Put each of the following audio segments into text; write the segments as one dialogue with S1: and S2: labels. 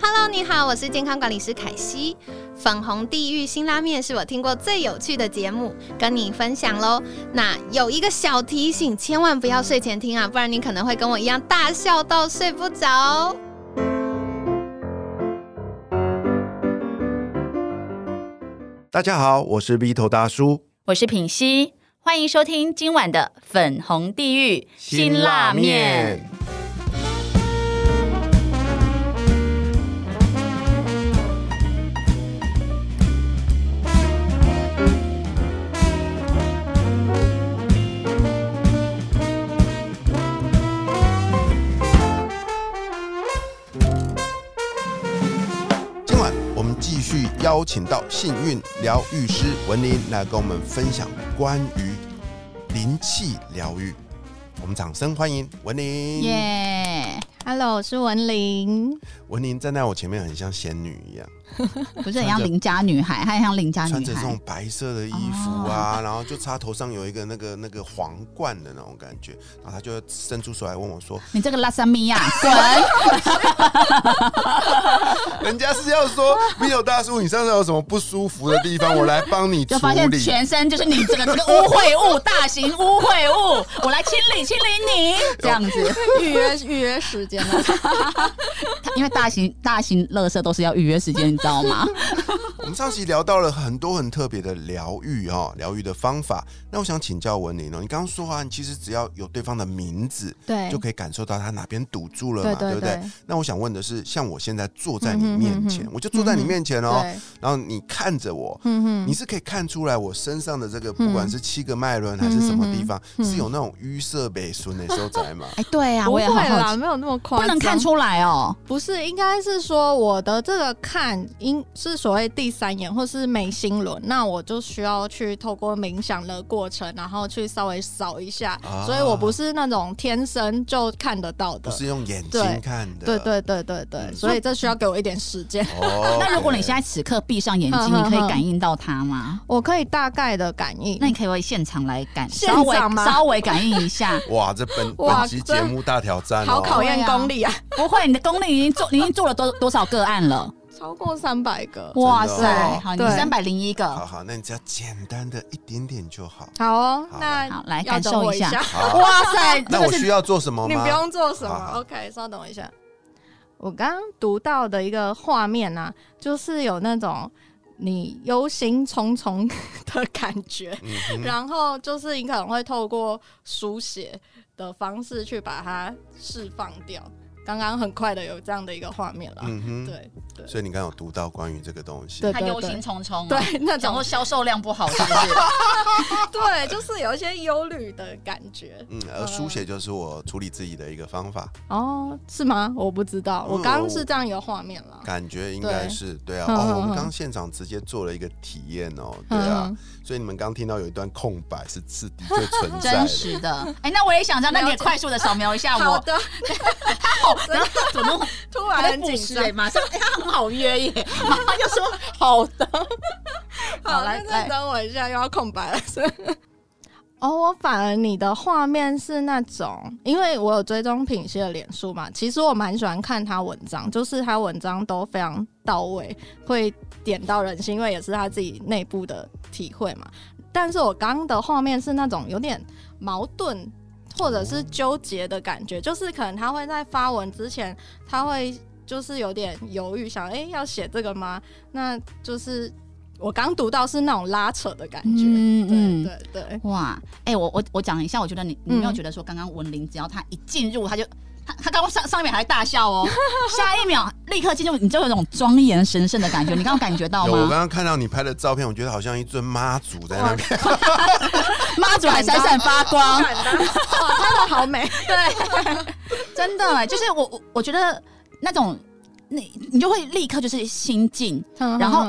S1: Hello，你好，我是健康管理师凯西。粉红地狱辛拉面是我听过最有趣的节目，跟你分享喽。那有一个小提醒，千万不要睡前听啊，不然你可能会跟我一样大笑到睡不着。
S2: 大家好，我是 V 头大叔。
S3: 我是品熙，欢迎收听今晚的粉红地狱
S2: 辛辣面。今晚我们继续邀请到幸运疗愈师文林来跟我们分享关于灵气疗愈。我们掌声欢迎文林。
S3: 耶、
S1: Hello，我是文玲。
S2: 文林站在我前面很像仙女一样，
S3: 不是很像邻家女孩，她很像邻家
S2: 穿
S3: 啊女
S2: 着这
S3: 孩哦
S2: 种。白色的衣服 啊，然后就插头上有一个那个那个皇冠的那种感觉，然后他就伸出手来问我说
S3: 你这个拉萨米亚，滚！：“
S2: 人家是要说米友大叔，你身上有什么不舒服的地方，我来帮你
S3: 就
S2: 处
S3: 发现
S2: 理。”
S3: 全身就是你这个这个污秽物，大型污秽物，我来清理清理你，这样子。
S4: 预约预约时间了，
S3: 因为大型大型垃圾都是要预约时间，你知道吗？
S2: 我们上期聊到了很多很特别的疗愈哦，疗愈的方法。那我想请教文林哦，你刚刚说啊，你其实只要有对方的名字，
S4: 对
S2: 就可以感受到他哪边堵住了嘛，
S4: 对对
S2: 不对
S4: 对？
S2: 那我想问的是，像我现在坐在你
S4: 嗯哼
S2: 面
S4: 哼
S2: 前，
S4: 哼
S2: 我就坐在你面前哦，
S4: 对，
S2: 然后你看着我，
S4: 嗯哼，
S2: 你是可以看出来我身上的这个，不
S4: 嗯
S2: 管是七个脉轮还是什么地方，
S4: 嗯哼哼
S2: 是有那种淤塞北孙的时候在嘛？
S3: 哎，对呀、啊，
S4: 不
S3: 我
S4: 会
S3: 也很好
S4: 啦，
S3: 奇，
S4: 没有那么夸
S3: 不
S4: 张，
S3: 能看，出来哦。
S4: 不是，应该是说我的这个看，应是所谓第三眼或是眉心轮，那我就需要去透过冥想的过程，然后去稍微扫一下，
S2: 啊
S4: 所以我不是那种天生就看得到
S2: 不
S4: 的，
S2: 是用眼睛
S4: 对
S2: 看的，
S4: 对对对对对，
S3: 嗯
S4: 所以这需要给我一点时间。
S2: 哦。
S3: 那如果你现在此刻闭上 眼睛，
S4: 哼哼
S3: 你
S4: 哼
S3: 可以感应到它吗？
S4: 我可以大概的感应，
S3: 那你可以为现场来感，
S4: 现
S3: 稍微
S4: 场吗
S3: 稍微感应一 下。
S2: 哇，这本
S4: 哇
S2: 本期节目大挑战哦，
S4: 好考验
S3: 对啊
S4: 功力啊，
S3: 不会，你的功力已经做，你已经做了多多少个案了？
S4: 超过三百个。
S3: 哇
S2: 真的哦
S3: 塞，好，你
S4: 对
S3: 三百零一
S2: 好
S3: 个，
S2: 好，那你只要简单的一点点就好。
S4: 好哦，
S2: 好
S4: 那
S3: 好来
S4: 要
S3: 感
S4: 等
S3: 受
S4: 我
S3: 一
S4: 一
S3: 下
S4: 下。
S2: 好，
S3: 哇塞，这
S2: 那
S3: 个
S2: 我
S3: 是
S2: 需要做什么
S4: 你
S2: 吗？
S4: 不用做什
S2: 好
S4: 么
S2: 好
S4: ，OK，稍等我一下。我刚刚读到的一个画面啊，就是有那种你忧心忡忡的感觉，
S2: 嗯哼
S4: 然后就是你可能会透过书写的方式去把它释放掉。刚刚很快的有这样的一个画面了，
S2: 嗯哼，。
S4: 对对
S2: 所以你刚刚有读到关于这个东西，
S4: 对
S3: 他忧心忡忡，，
S4: 对，那
S3: 哦讲
S4: 种
S3: 说销售量不 好，是不是？
S4: 对，就是有一些忧虑的感觉。
S2: 嗯，而书写就是我处理自己的一个方法，
S4: 哦，是吗？我不知道，我
S2: 嗯
S4: 刚
S2: 我
S4: 刚是这样一个画面了。
S2: 感觉应该是对啊。
S4: 哦嗯
S2: 哦，
S4: 嗯
S2: 我们
S4: 嗯
S2: 刚刚现场直接做了一个体验哦，对啊
S4: 嗯，
S2: 所以你们刚听到有一段空白是是的确存 在
S3: 真
S2: 的。
S3: 实的。哎，那我也想这样，那你也
S4: 了解
S3: 快速的扫描一下
S4: 好
S3: 我。
S4: 的，
S3: 然后怎 么
S4: 突
S3: 还在
S4: 然很
S3: 布
S4: 紧
S3: 施？
S4: 张
S3: 哎，。马上，哎，他很好约 耶，马上就说好的。
S4: 好，
S3: 来
S4: 那再
S3: 来
S4: 等我一下，又要空白了。所以 哦，我反而你的画面是那种，因为我有追踪品系的脸书嘛，其实我蛮喜欢看他文章，就是他文章都非常到位，会点到人心，因为也是他自己内部的体会嘛。但是我刚刚的画面是那种有点矛盾或者是纠结的感觉，就是可能他会在发文之前，他会就是有点犹豫，想哎、诶要写这个吗？那就是我刚读到是那种拉扯的感觉，
S3: 嗯嗯
S4: 对对对，
S3: 哇，哎、我我我讲一下，我觉得你你没有
S4: 嗯
S3: 觉得说刚刚文玲只要她一进入，她就她她刚刚上上一秒还大笑哦，下一秒立刻进入，你就有一种庄严神圣的感觉，你刚刚感觉到
S2: 有，我刚
S3: 吗？
S2: 刚看到你拍的照片，我觉得好像一尊妈祖在那边，
S3: 妈祖还闪闪发光，
S4: 感的，哇，他的好美，
S3: 真的哎、就是我我我觉得那种你你就会立刻就是心境，然后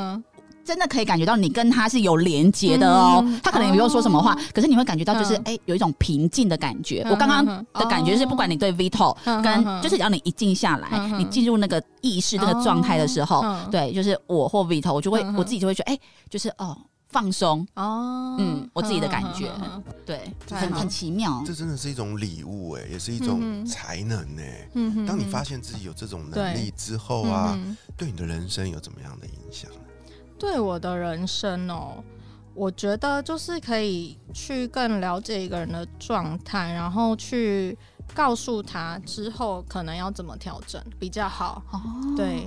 S3: 真的可以感觉到你跟他是有连接的哦。
S4: 嗯
S3: 他可能也没有说什么话，
S4: 哦
S3: 可是你会感觉到就是哎
S4: 嗯、
S3: 诶有一种平静的感觉。
S4: 嗯
S3: 我刚刚
S4: 嗯
S3: 的感觉就是，不管你对 Vito
S4: 嗯
S3: 跟
S4: 嗯
S3: 就是只要你一静下来
S4: 嗯，嗯
S3: 你进入那个意识那个状态的时候
S4: 哦嗯，
S3: 对，就是我或 Vito，我就会
S4: 嗯嗯
S3: 我自己就会觉得哎，就是哦。放松，
S4: 哦，嗯
S3: 嗯，我自己的感觉
S4: 哼哼哼哼
S3: 对，
S2: 太
S3: 很
S2: 好
S3: 很奇
S4: 哦
S3: 妙
S2: 这。真的是一种礼物哎、也是一
S1: 嗯
S2: 种
S1: 哼
S2: 才能哎、
S4: 嗯哼
S2: 当你
S4: 哼
S2: 发现自己有这种能力之后啊，
S4: 嗯
S2: 对你的人生有怎么样的影响？
S4: 对我的人生哦，我觉得就是可以去更了解一个人的状态，然后去告诉他之后可能要怎么调整比较好。
S3: 哦，
S4: 对，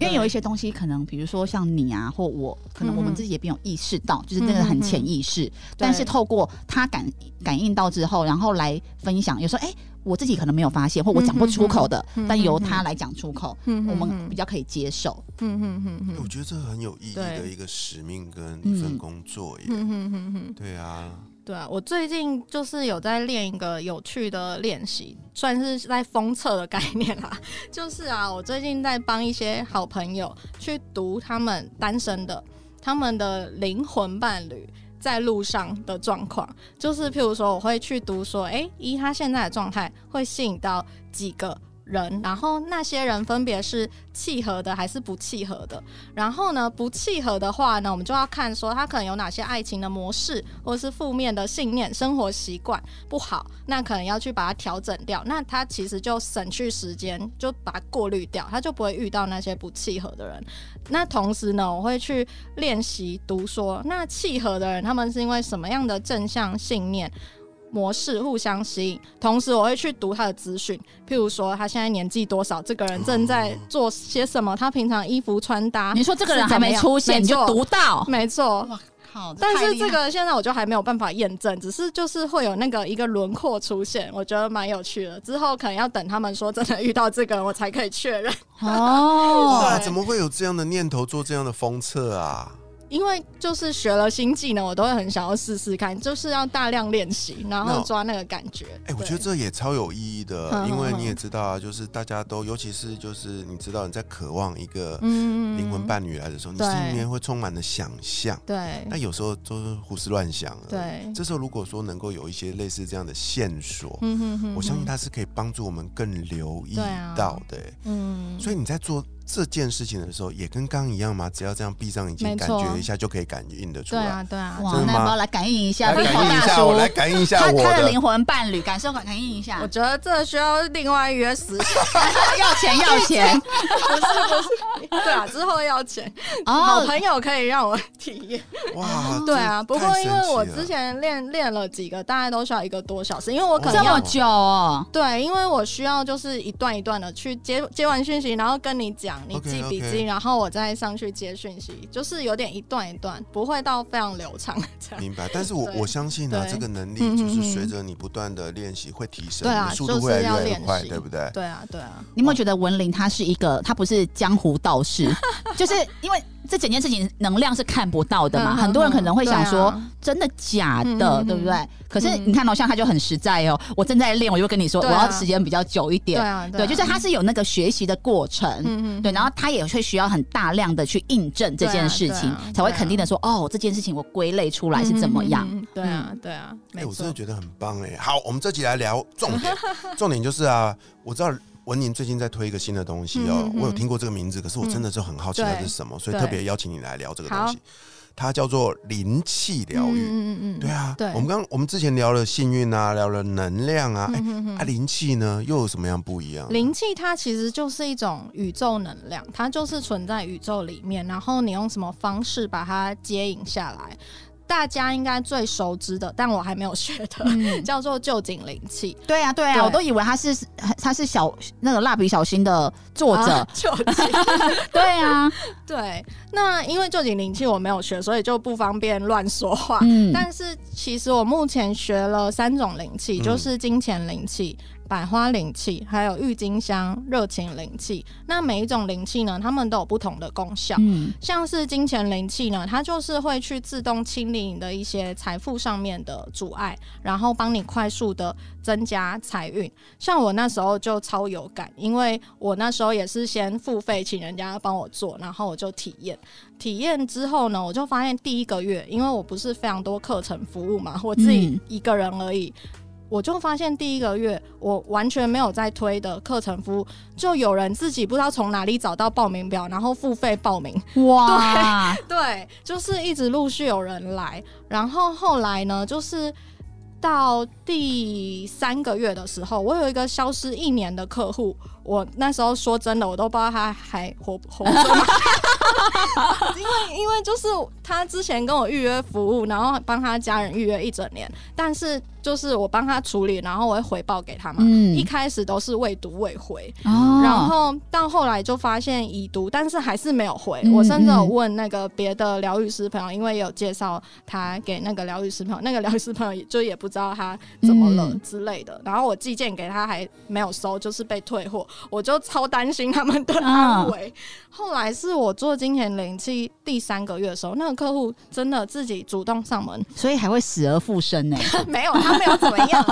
S3: 因为
S2: 哎
S3: 有一些东西，可能比如说像你啊，或我，可能我
S4: 嗯
S3: 们
S4: 哼
S3: 自己也没有意识到，就是真的很潜意识。但是
S4: 对
S3: 透过他感感应到之后，然后来分享，有时候哎、我自己可能没有发现，或我讲不出口的，
S4: 嗯哼
S3: 但由他来讲出口，
S4: 嗯
S3: 我们
S4: 嗯
S3: 比较可以接受。
S4: 嗯哼哼
S2: 我
S4: 哼
S2: 觉得这很有意义的
S4: 对
S2: 一个使命跟一份
S3: 嗯
S2: 工作耶。
S4: 嗯哼哼哼，
S2: 对啊，
S4: 对啊，我最近就是有在练一个有趣的练习，算是在封测的概念啦。 就是啊，我最近在帮一些好朋友去读他们单身的、他们的灵魂伴侣在路上的状况，就是譬如说，我会去读说，诶，以他现在的状态会吸引到几个人，然后那些人分别是契合的还是不契合的。然后呢，不契合的话呢，我们就要看说他可能有哪些爱情的模式，或是负面的信念、生活习惯不好，那可能要去把它调整掉。那他其实就省去时间，就把它过滤掉，他就不会遇到那些不契合的人。那同时呢，我会去练习读说，那契合的人他们是因为什么样的正向信念？模式互相吸引，同时我会去读他的资讯，譬如说他现在年纪多少，这个人正在做些什么，他平常衣服穿搭，
S3: 你说这个人
S4: 啊是
S3: 还
S4: 怎么
S3: 没
S4: 样
S3: 出现，你就
S4: 没错
S3: 读到，
S4: 没错。
S3: 哇靠！
S4: 但
S3: 太
S4: 是
S3: 厉
S4: 这
S3: 害
S4: 个现在我就还没有办法验证，只是就是会有那个一个轮廓出现，我觉得蛮有趣的。之后可能要等他们说真的遇到这个人，我才可以确认。
S3: 哦，
S2: 哇，
S4: 对
S2: 怎么会有这样的念头做这样的封测啊？
S4: 因为就是学了新技能，我都会很想要试试看，就是要大量练习，然后抓那个感觉。
S2: 哎、我
S4: 对
S2: 觉得这也超有意义的，
S4: 嗯
S2: 因为你也知道啊，就是大家都，尤其是就是你知道你在渴望一个
S4: 嗯
S2: 灵魂伴侣来的时候，你
S4: 对
S2: 心里面会充满了想象，
S4: 嗯对
S2: 但有时候都是胡思乱想了。，
S4: 对，
S2: 这时候如果说能够有一些类似这样的线索，
S4: 嗯哼哼
S2: 我相信它是可以帮助我们更留意
S4: 对啊
S2: 到的欸。
S4: 嗯，
S2: 所以你在做这件事情的时候，也跟刚刚一样吗？只要这样闭上眼睛，
S4: 没
S2: 感
S4: 错
S2: 觉一下就可以感应得出
S4: 对
S2: 来。
S4: 啊对啊，
S3: 哇，
S2: 真的
S3: 那要不
S2: 吗
S3: 要来感应一下
S2: 来
S3: 冰
S2: 感
S3: 头
S2: 应一
S3: 大
S2: 下，
S3: 叔
S2: 我？来感应一下
S3: 他
S2: 我
S3: 他的灵魂伴侣，感受感感应一下
S4: 我。觉得这需要另外约时间，
S3: 要钱要钱
S4: 对啊，之后要钱，好
S3: 哦！
S4: 朋友可以让我体验。
S2: 哇！
S4: 对啊，
S2: 这
S4: 不
S2: 太
S4: 过因
S2: 神
S4: 为
S2: 奇
S4: 我
S2: 了
S4: 之前练练了几个，大概都需要一个多小时，因为我可
S3: 这
S4: 能
S3: 么
S4: 要。
S3: 久哦，
S4: 对，因为我需要就是一段一段的去接接完讯息，然后跟你讲，你
S2: OK，
S4: 记笔记
S2: OK
S4: 然后我再上去接讯息，就是有点一段一段，不会到非常流畅这样。
S2: 明白，但是我
S4: 对
S2: 我相信呢、
S4: 对
S2: 这个能力
S4: 嗯
S2: 就是
S4: 嗯
S2: 随
S4: 嗯
S2: 着你不断的练习会提升，
S4: 对
S2: 你
S4: 啊
S2: 的速
S4: 就
S2: 度
S4: 是
S2: 会来
S4: 要
S2: 越来越
S4: 练
S2: 快，
S4: 习
S2: 对不哎对？
S4: 对啊，对啊，
S3: 你有没有觉得文玲她是一个，她不是江湖道 士，就是因为这整件事情能量是看不到的嘛，
S4: 嗯
S3: 很多人可能会想说，
S4: 对啊
S3: 真的假
S4: 嗯
S3: 的，
S4: 嗯
S3: 对不对？可是
S4: 嗯
S3: 你看哦，像她就很实在哦，我正在练，我就跟你说，
S4: 对
S3: 我
S4: 啊
S3: 要时间比较久一
S4: 对
S3: 点，
S4: 啊，
S3: 对，
S4: 啊
S3: 就是她是有那个学习的过程。
S4: 嗯嗯，
S3: 对，然后她也会需要很大量的去印证这件事情，
S4: 对啊对啊
S3: 才会肯定的说，哦，这件事情我归类出来是怎么样。
S4: 嗯嗯嗯嗯对啊，对啊，
S2: 哎、
S4: 没
S2: 我真的
S4: 错，
S2: 觉得很棒哎、好，我们这集来聊重 点，重点就是啊，我知道文宁最近在推一个新的东西哦、
S4: 嗯嗯嗯
S2: 我有听过这个名字，可是我真的是很好奇它
S4: 嗯
S2: 是
S4: 对
S2: 什么，所以
S4: 对
S2: 特别邀请你来聊这个东
S4: 好
S2: 西。它叫做灵气疗愈。
S4: 嗯嗯嗯嗯，
S2: 对啊，
S4: 对
S2: 我们刚我们之前聊了幸运啊，聊了能量啊，哎、
S4: 嗯嗯
S2: 啊灵气呢又有什么样不一
S3: 嗯
S2: 样？
S4: 灵气它其实就是一种宇宙能量，它就是存在宇宙里面，然后你用什么方式把它接引下来。大家应该最熟知的，但我还没有学的，
S3: 嗯
S4: 叫做旧景灵气
S3: 对啊，对啊，
S4: 对
S3: 我都以为他是他是小那个蜡笔小新的作者，
S4: 啊旧景。
S3: 对 啊，
S4: 对，那因为旧景灵气我没有学，所以就不方便乱说话。
S3: 嗯，
S4: 但是其实我目前学了三种灵气，
S2: 嗯
S4: 就是金钱灵气、百花灵气，还有郁金香、热情灵气。那每一种灵气呢，它们都有不同的功效。
S3: 嗯，
S4: 像是金钱灵气呢，它就是会去自动清理你的一些财富上面的阻碍，然后帮你快速的增加财运。像我那时候就超有感，因为我那时候也是先付费请人家帮我做，然后我就体验。体验之后呢，我就发现第一个月，因为我不是非常多课程服务嘛，我自己
S3: 嗯
S4: 一个人而已。我就发现第一个月我完全没有在推的课程服务，就有人自己不知道从哪里找到报名表，然后付费报名。
S3: 哇，
S4: 对，就是一直陆续有人来，然后后来呢，就是到第三个月的时候，我有一个消失一年的客户，我那时候说真的，我都不知道他还活不活着吗？因为因为就是他之前跟我预约服务，然后帮他家人预约一整年，但是就是我帮他处理，然后我会回报给他嘛。
S3: 嗯
S4: 一，开始都是未读未回，
S3: 哦
S4: 然后到后来就发现已读，但是还是没有回。
S3: 嗯
S4: 我甚至有问那个别的疗愈师朋友，因为有介绍他给那个疗愈师朋友，那个疗愈师朋友也就也不知道他怎么了
S3: 嗯
S4: 之类的。然后我寄件给他还没有收， 就是被退货，我就超担心他们的安危。
S3: 啊
S4: 后来是我做金钱灵气第三个月的时候，那个客户真的自己主动上门，
S3: 所以还会死而复生呢、
S4: 没有他没有怎么样，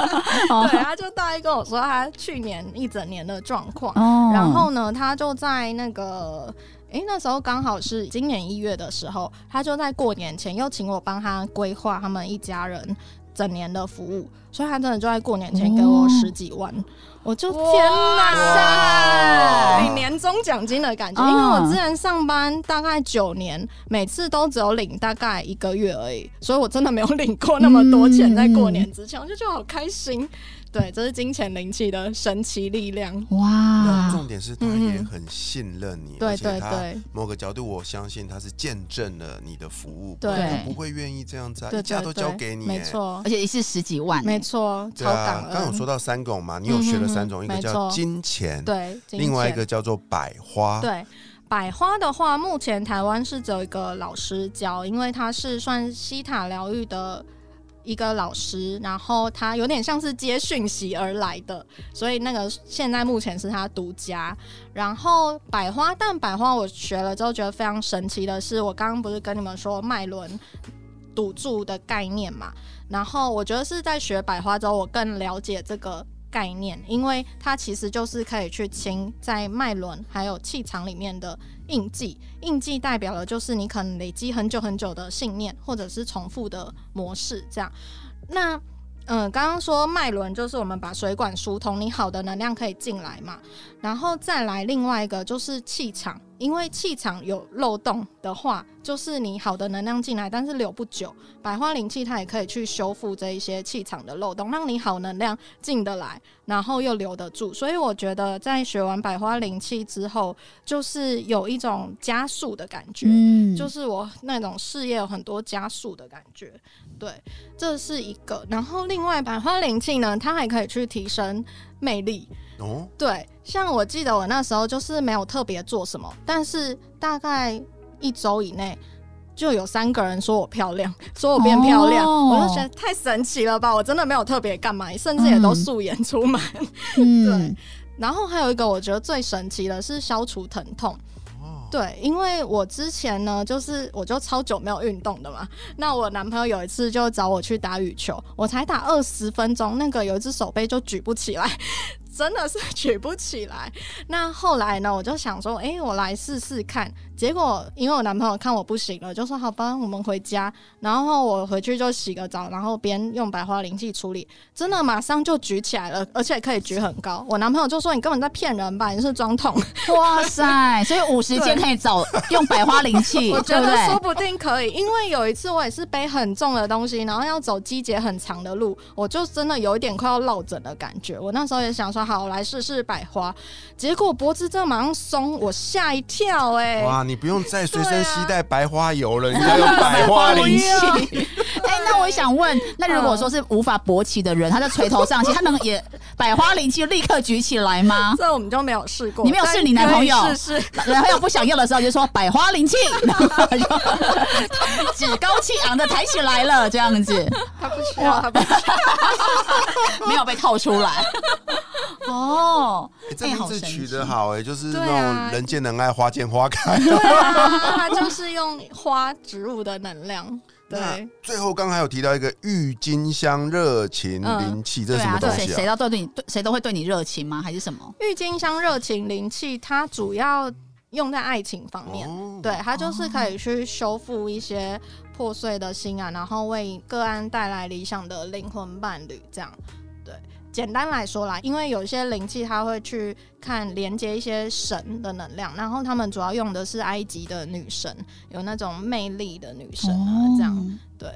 S3: 哦
S4: 对，他啊就大概跟我说他去年一整年的状况。
S3: 哦
S4: 然后呢，他就在那个。诶，那时候刚好是今年一月的时候，他就在过年前又请我帮他规划他们一家人整年的服务，所以他真的就在过年前给我
S3: 哦
S4: 十几万，我就天哪，
S2: 哇
S4: 以年终奖金的感觉，
S3: 嗯
S4: 因为我之前上班大概九年，每次都只有领大概一个月而已，所以我真的没有领过那么多钱，在过年之前，我就觉得好开心。对，这是金钱灵气的神奇力量。
S2: 那
S3: 哇，
S2: 重点是他也很信任你，
S4: 嗯
S2: 而且
S4: 啊对对
S2: 他
S4: 对
S2: 某个角度，我相信他是见证了你的服务，
S4: 对
S2: 不然他不会愿意这样子啊，
S4: 对
S2: 一家
S4: 对
S2: 都
S4: 对
S2: 交给你，
S4: 没。错
S3: 而，且一次十几万、
S4: 没错，
S2: 对
S4: 超感
S2: 啊，
S4: 恩。
S2: 刚有说到三种嘛，你有学了三种，
S4: 嗯
S2: 一
S4: 嗯嗯
S2: 个
S4: 没错
S2: 叫金钱，
S4: 对，金
S2: 另外一
S4: 钱
S2: 个叫做百花，
S4: 对。百花的话，目前台湾是只有一个老师教，因为他是算西塔疗愈的一个老师，然后他有点像是接讯息而来的，所以那个现在目前是他独家。然后百花，但百花我学了之后觉得非常神奇的是，我刚刚不是跟你们说脉轮赌注的概念嘛？然后我觉得是在学百花之后，我更了解这个概念，因为它其实就是可以去清在脉轮还有气场里面的印记。印记代表的就是你可能累积很久很久的信念，或者是重复的模式这样。那嗯，刚刚说脉轮就是我们把水管疏通，你好的能量可以进来嘛，然后再来另外一个就是气场，因为气场有漏洞的话，就是你好的能量进来，但是留不久，百花灵气它也可以去修复这一些气场的漏洞，让你好能量进得来，然后又留得住。所以我觉得在学完百花灵气之后，就是有一种加速的感觉，
S3: 嗯
S4: 就是我那种事业有很多加速的感觉。对，这是一个。然后另外百花灵气呢，它还可以去提升魅力。
S2: 哦，
S4: 对，像我记得我那时候就是没有特别做什么，但是大概一周以内。就有三个人说我漂亮， 说我变漂亮，
S3: 哦
S4: 我就觉得太神奇了吧！我真的没有特别干嘛，甚至也都
S3: 嗯
S4: 素颜出门。
S3: 嗯，
S4: 然后还有一个我觉得最神奇的是消除疼痛，
S2: 哦
S4: 对，因为我之前呢，就是我就超久没有运动的嘛。那我男朋友有一次就找我去打羽球，我才打二十分钟，那个有一只手背就举不起来， 真的是举不起来。那后来呢，我就想说，诶，我来试试看。结果因为我男朋友看我不行了，就说好吧，我们回家。然后我回去就洗个澡，然后边用百花灵气处理，真的马上就举起来了，而且可以举很高。我男朋友就说你根本在骗人吧，你是装痛。
S3: 哇塞！所以五十件可以找用百花灵气，
S4: 我觉
S3: 对不
S4: 得说
S3: 对？
S4: 不定可以，因为有一次我也是背很重的东西，然后要走机节很长的路，我就真的有一点快要落枕的感觉。我那时候也想说，好，我来试试百花，结果脖子真的马上松，我吓一跳、哎，
S2: 哇，你不用再随
S4: 对
S2: 身
S4: 啊
S2: 携带白花油了， 人家有百花灵气，
S3: 哎、那我想问，那如果说是无法勃起的人，他在垂头丧气，他能也百花灵气立刻举起来吗？
S4: 这我们就没有试过。
S3: 你没有试你男朋友
S4: 但可以试试，
S3: 男朋友不想要的时候就说百花 灵气，然后就趾高气昂的抬起来了，这样 子
S4: 他不需要，他不需要。
S3: 没有被套出来。哦，
S2: 欸这
S3: 哎
S2: 名
S3: 好
S2: 字
S3: 神
S2: 取
S3: 奇
S2: 得好哎，就是
S4: 对
S2: 那
S4: 啊
S2: 种人见人爱，花见花 开。
S4: 对啊，他就是用花植物的能量。
S2: 那
S4: 对，
S2: 最后刚还有提到一个郁金香热情
S4: 嗯
S2: 灵气，这
S3: 对
S2: 是什么
S3: 啊，
S2: 东
S3: 谁
S2: 西
S3: 谁
S2: 啊？
S3: 都对你对谁都会对你热情吗？还是什么？
S4: 郁金香热情灵气，它主要用在爱情方面。
S2: 哦
S4: 对，它就是可以去修复一些破碎的心啊，然后为个案带来理想的灵魂伴侣，这样。对，简单来说啦，因为有一些灵气，它会去看连接一些神的能量，然后他们主要用的是埃及的女神，有那种魅力的女神啊，
S3: 哦
S4: 这样，对，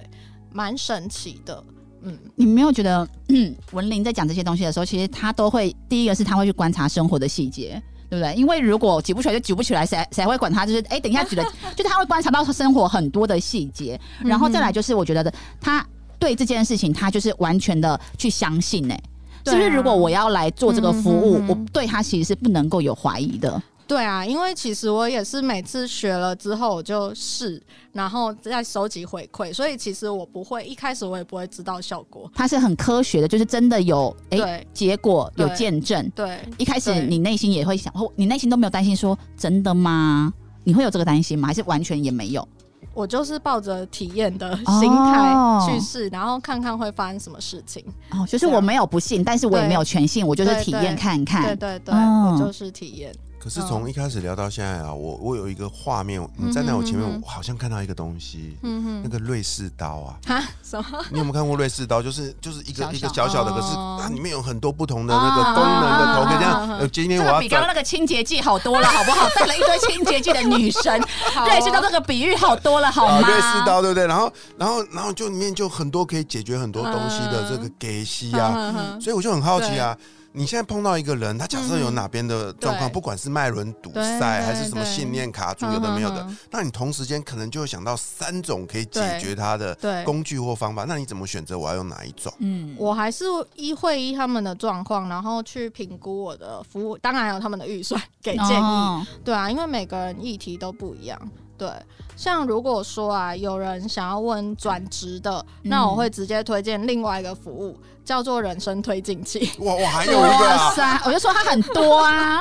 S4: 蛮神奇的。嗯，
S3: 你没有觉得嗯文玲在讲这些东西的时候，其实她都会第一个是她会去观察生活的细节。对不对？因为如果举不起来就举不起来，谁谁会管她？就是哎，等一 下举了，就她会观察到生活很多的细节，然后再
S4: 嗯
S3: 来就是我觉得的，她对这件事情她就是完全的去相信呢、是
S4: 对啊
S3: 不是？如果我要来做这个服务，
S4: 嗯嗯嗯嗯
S3: 我对她其实是不能够有怀疑的。
S4: 对啊，因为其实我也是每次学了之后我就试，然后再收集回馈，所以其实我不会一开始我也不会知道效果。
S3: 它是很科学的，就是真的有哎、
S4: 对
S3: 结果有
S4: 对
S3: 见证。
S4: 对，
S3: 一开始
S4: 对
S3: 你内心也会想，或你内心都没有担心说真的吗？你会有这个担心吗？还是完全也没有？
S4: 我就是抱着体验的心态
S3: 哦
S4: 去试，然后看看会发生什么事情。
S3: 哦，就是
S4: 对啊
S3: 我没有不信，但是我也
S4: 对
S3: 没有全信，我就是
S4: 对
S3: 体
S4: 对
S3: 验看
S4: 对
S3: 看。
S4: 对对，
S3: 哦
S4: 我就是体验。
S2: 可是从一开始聊到现在啊，我我有一个画面，你站在我前面，我好像看到一个东西，
S4: 嗯
S2: 那个瑞士刀 啊，
S4: 哼，哈什么？
S2: 你有没有看过瑞士刀？就是就是一个
S3: 小小
S2: 一个小小的，可是啊
S4: 哦
S2: 它里面有很多不同的那个功能的头，
S4: 啊
S2: 可以这
S4: 啊啊
S2: 样。
S4: 啊
S2: 呃，今
S3: 这
S2: 天我
S3: 个
S2: 要
S3: 比刚刚
S2: 转，
S3: 那个清洁剂好多了，好不好？带了一堆清洁剂的女神，
S4: 好 啊
S3: 对，是到这个比喻好多了，好
S2: 啊
S3: 吗？
S2: 瑞士刀，对不对？然后然后然后就里面就很多可以解决很多东西的
S4: 嗯
S2: 这个给息
S4: 嗯
S2: 啊，
S4: 哼哼
S2: 所以我就很好奇啊。你现在碰到一个人，他假设有哪边的状况，
S4: 嗯对
S2: 不管是脉轮堵
S4: 对
S2: 塞
S4: 对
S2: 还是什么
S4: 对
S2: 信念卡住，
S4: 嗯
S2: 有的没有
S4: 嗯
S2: 的
S4: 嗯，
S2: 那你同时间可能就会想到三种可以解
S4: 对
S2: 决他的
S4: 对
S2: 工具或方法，那你怎么选择我要用哪一种？
S3: 嗯，
S4: 我还是依会依他们的状况，然后去评估我的服务，当然还有他们的预算给建议。
S3: 哦
S4: 对啊，因为每个人议题都不一样。对，像如果说啊，有人想要问转职的，
S3: 嗯
S4: 那我会直接推荐另外一个服务，叫做人生推进器。
S2: 哇，我还有一个
S3: 哇
S2: 啊，
S3: 塞！我就说它很多啊，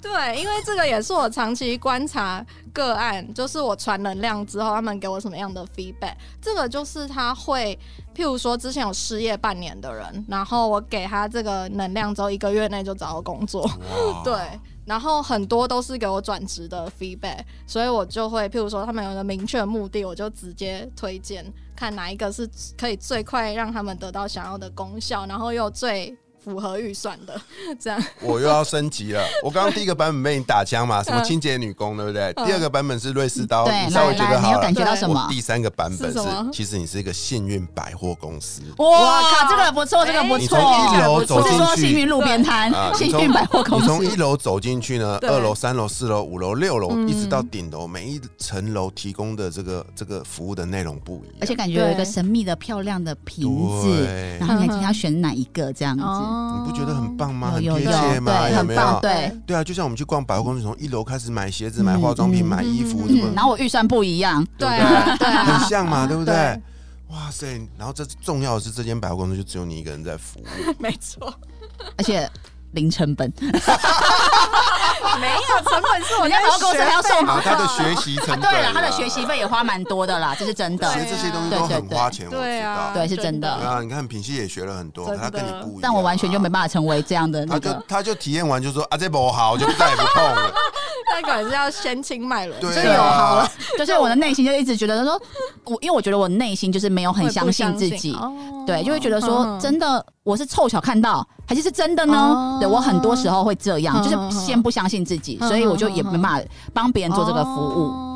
S4: 对，因为这个也是我长期观察个案，就是我传能量之后，他们给我什么样的 feedback，这个就是他会，譬如说之前有失业半年的人，然后我给他这个能量之后，一个月内就找到工作。
S2: 哇
S4: 对，然后很多都是给我转职的 feedback，所以我就会，譬如说他们有一个明确的目的，我就直接推荐，看哪一个是可以最快让他们得到想要的功效，然后又最符合预算的，这样。
S2: 我又要升级了。我刚刚第一个版本被你打枪嘛，什么
S4: 嗯
S2: 清洁女工，对不对？第二个版本是瑞士刀，
S3: 对，
S2: 你稍
S3: 来
S2: 微觉得
S3: 来，你
S2: 好
S3: 有
S2: 了
S3: 感。觉到
S4: 对
S3: 什
S2: 我
S3: 么？
S2: 第三个版本
S4: 是什
S2: 是
S4: 么，
S2: 其实你是一个幸运百货公司
S3: 哇
S4: 哇
S3: 靠，这个不错，这个不
S2: 你
S3: 错
S2: 从。一楼走
S3: 不是
S2: 进
S3: 说幸
S2: 去
S3: 运。路边摊
S2: 啊，
S3: 幸运百 货公
S2: 你从一
S3: 司。
S2: 楼走进去呢，
S4: 对
S2: 二楼、三楼、四楼、五楼、六楼，
S4: 嗯
S2: 一直到顶楼，每一层楼提供的这个这个服务的内容不一
S3: 而且
S2: 样。
S3: 感觉有一个神秘的漂亮的瓶子，
S2: 对
S3: 然，后你还听他选哪一个这样子，
S2: 你不觉得很？棒吗？
S3: 有
S2: 很贴
S3: 有有，
S2: 切吗？
S3: 对，
S2: 有
S3: 很
S2: 没
S3: 棒，
S2: 有？
S3: 对。
S2: 对啊，就像我们去逛百货公司，从一楼开始买鞋子、买
S3: 嗯
S2: 化妆品、
S3: 嗯
S2: 买衣服，
S4: 嗯
S2: 什么
S3: 嗯，然后我预算不一样，
S4: 对
S2: 对不对
S4: 啊，对
S2: 很
S4: 啊，
S2: 像嘛，对不对？
S4: 对
S2: 哇塞！然后这重要的是，这间百货公司就只有你一个人在服务，
S4: 没错，
S3: 而且零成本。
S4: 没有成本是我
S3: 人家
S4: 在
S3: 百货公司还 要送
S2: 啊，他的学习成本、
S3: 对啊了，他的学习，费也花蛮多的啦，这是真
S2: 其
S3: 的
S2: 实。这些东西都很花钱，我知道。
S4: 对啊，
S3: 对是真的
S2: 对啊，你看品系也学了很多，
S4: 真的
S2: 他跟你不一样、啊
S3: 但我完全就没。办法成为这样的
S2: 他
S3: 那
S2: 就
S3: 个，
S2: 他就体验完就说啊，这不好，我就再也不碰 了。
S4: 那可能是要先清脉轮，
S2: 对
S4: 就
S2: 啊
S4: 有好了，
S3: 就是我的内心就一直觉得说，我因为我觉得我内心就是没有很
S4: 会不
S3: 相信自己，
S4: 哦
S3: 对，就会觉得说
S4: 嗯
S3: 真的我是凑巧看到还是是真的呢
S4: 哦？
S3: 对我很多时候会这样，
S4: 嗯
S3: 就是先不相信自己，
S4: 嗯
S3: 所以我就也没办法帮别人做这个服务。
S4: 哦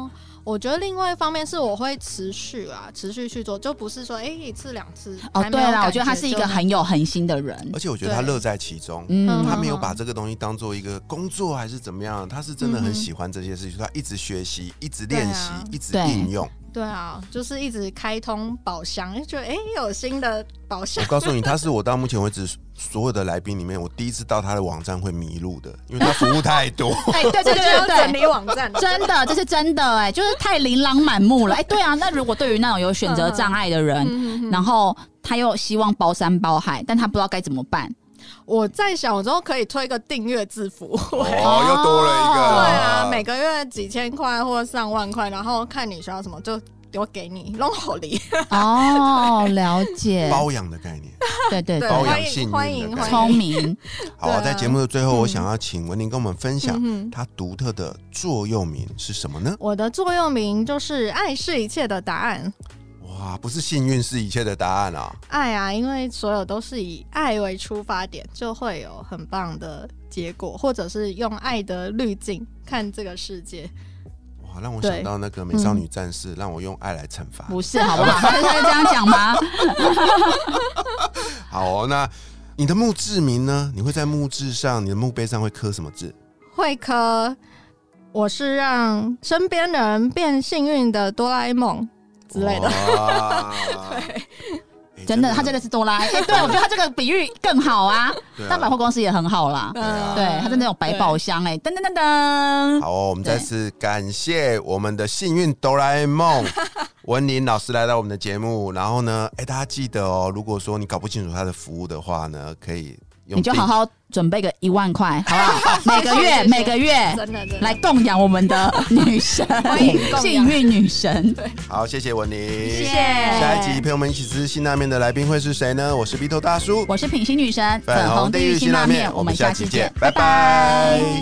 S4: 我觉得另外一方面是我会持续啊，持续去做，就不是说哎、诶一次两次。
S3: 哦，
S4: 还没
S3: 对
S4: 有
S3: 啦，
S4: 感
S3: 我觉得他是一个
S4: 就
S3: 很有恒心的人
S2: 而，且我觉得他乐在其中，
S3: 嗯
S4: 嗯，
S2: 他没有把这个东西当做一个工作还是怎么样，他是真的很喜欢这些事情，他一直学习，一直练习
S4: 嗯对啊，
S2: 一直
S3: 对
S2: 应用。
S4: 对啊，就是一直开通宝箱，就觉得哎、诶有新的宝箱
S2: 我。告诉你，他是我到目前为止所有的来宾里面，我第一次到他的网站会迷路的，因为他服务太 多。
S3: 哎，对对对
S4: 这
S3: 对
S4: 就要整
S3: 对。
S4: 理网站，
S3: 真的，这是真的哎、就是太琳琅满目了哎、对啊，那如果对于那种有选择障碍的人，
S4: 嗯
S3: 然后他又希望包山包海，但他不知道该怎么 办。
S4: 我在想，我之后可以推个订阅制服务。
S2: 哦，又多了一个。
S4: 啊对啊，每个月几千块或上万块，然后看你需要什么就我给你弄好 礼，
S3: 哦，了解，
S2: 包养的概念，
S3: 对对
S4: 对
S3: 对，
S2: 包
S4: 欢
S2: 养
S4: 迎
S2: 幸运的
S4: 欢迎
S2: 感觉
S4: 欢
S3: 聪
S4: 迎，
S3: 明，
S2: 好、
S4: 对啊
S2: 在节目的最后，我
S4: 嗯
S2: 想要请文玲跟我们分享
S4: 嗯哼
S2: 它独特的座右铭是什么呢？
S4: 我的座右铭就是“爱是一切的答案
S2: 哇，不是幸运是一切的答案啊！”。
S4: 爱啊，因为所有都是以爱为出发点，就会有很棒的结果，或者是用爱的滤镜看这个世界。
S2: 哇，让我
S4: 对
S2: 想到那个美少女战士，让我用爱来惩罚。
S3: 不是好不 好？他就是这样讲吗？
S2: 好哦、那你的墓志铭呢？你会在墓志上、你的墓碑上会刻什么字？
S4: 会科，我是让身边的人变幸运的哆啦 A 梦之类的。
S2: 哇。哎
S3: 真的，他真的是哆啦 A，、哎对我觉得他这个比喻更好啊。
S2: 对啊
S3: 但百货公司也很好啦，
S4: 嗯
S2: 啊
S3: 对，他是那种百宝箱哎、噔噔噔噔，
S2: 好、哦，我们再次感谢我们的幸运哆啦 A 梦 文林老师来到我们的节目。然后呢，哎、大家记得哦，如果说你搞不清楚他的服务的话呢，可以用
S3: 你就
S2: 订
S3: 好好准备个一万块，好不 好？哦每个
S4: 谢
S3: 月
S4: 谢
S3: 每个月
S4: 真的真的
S3: 来供养我们的女神，
S4: 欢迎供养
S3: 幸运女神，
S2: 好，谢谢文林，谢
S3: 谢
S2: 下一集陪我们一起吃辛拉面的来宾会是谁呢？我是鼻头大叔，
S3: 我是品心女神，
S2: 粉红地狱辛
S3: 辛
S2: 拉
S3: 辣
S2: 面，
S3: 我们下期见，
S2: 拜拜。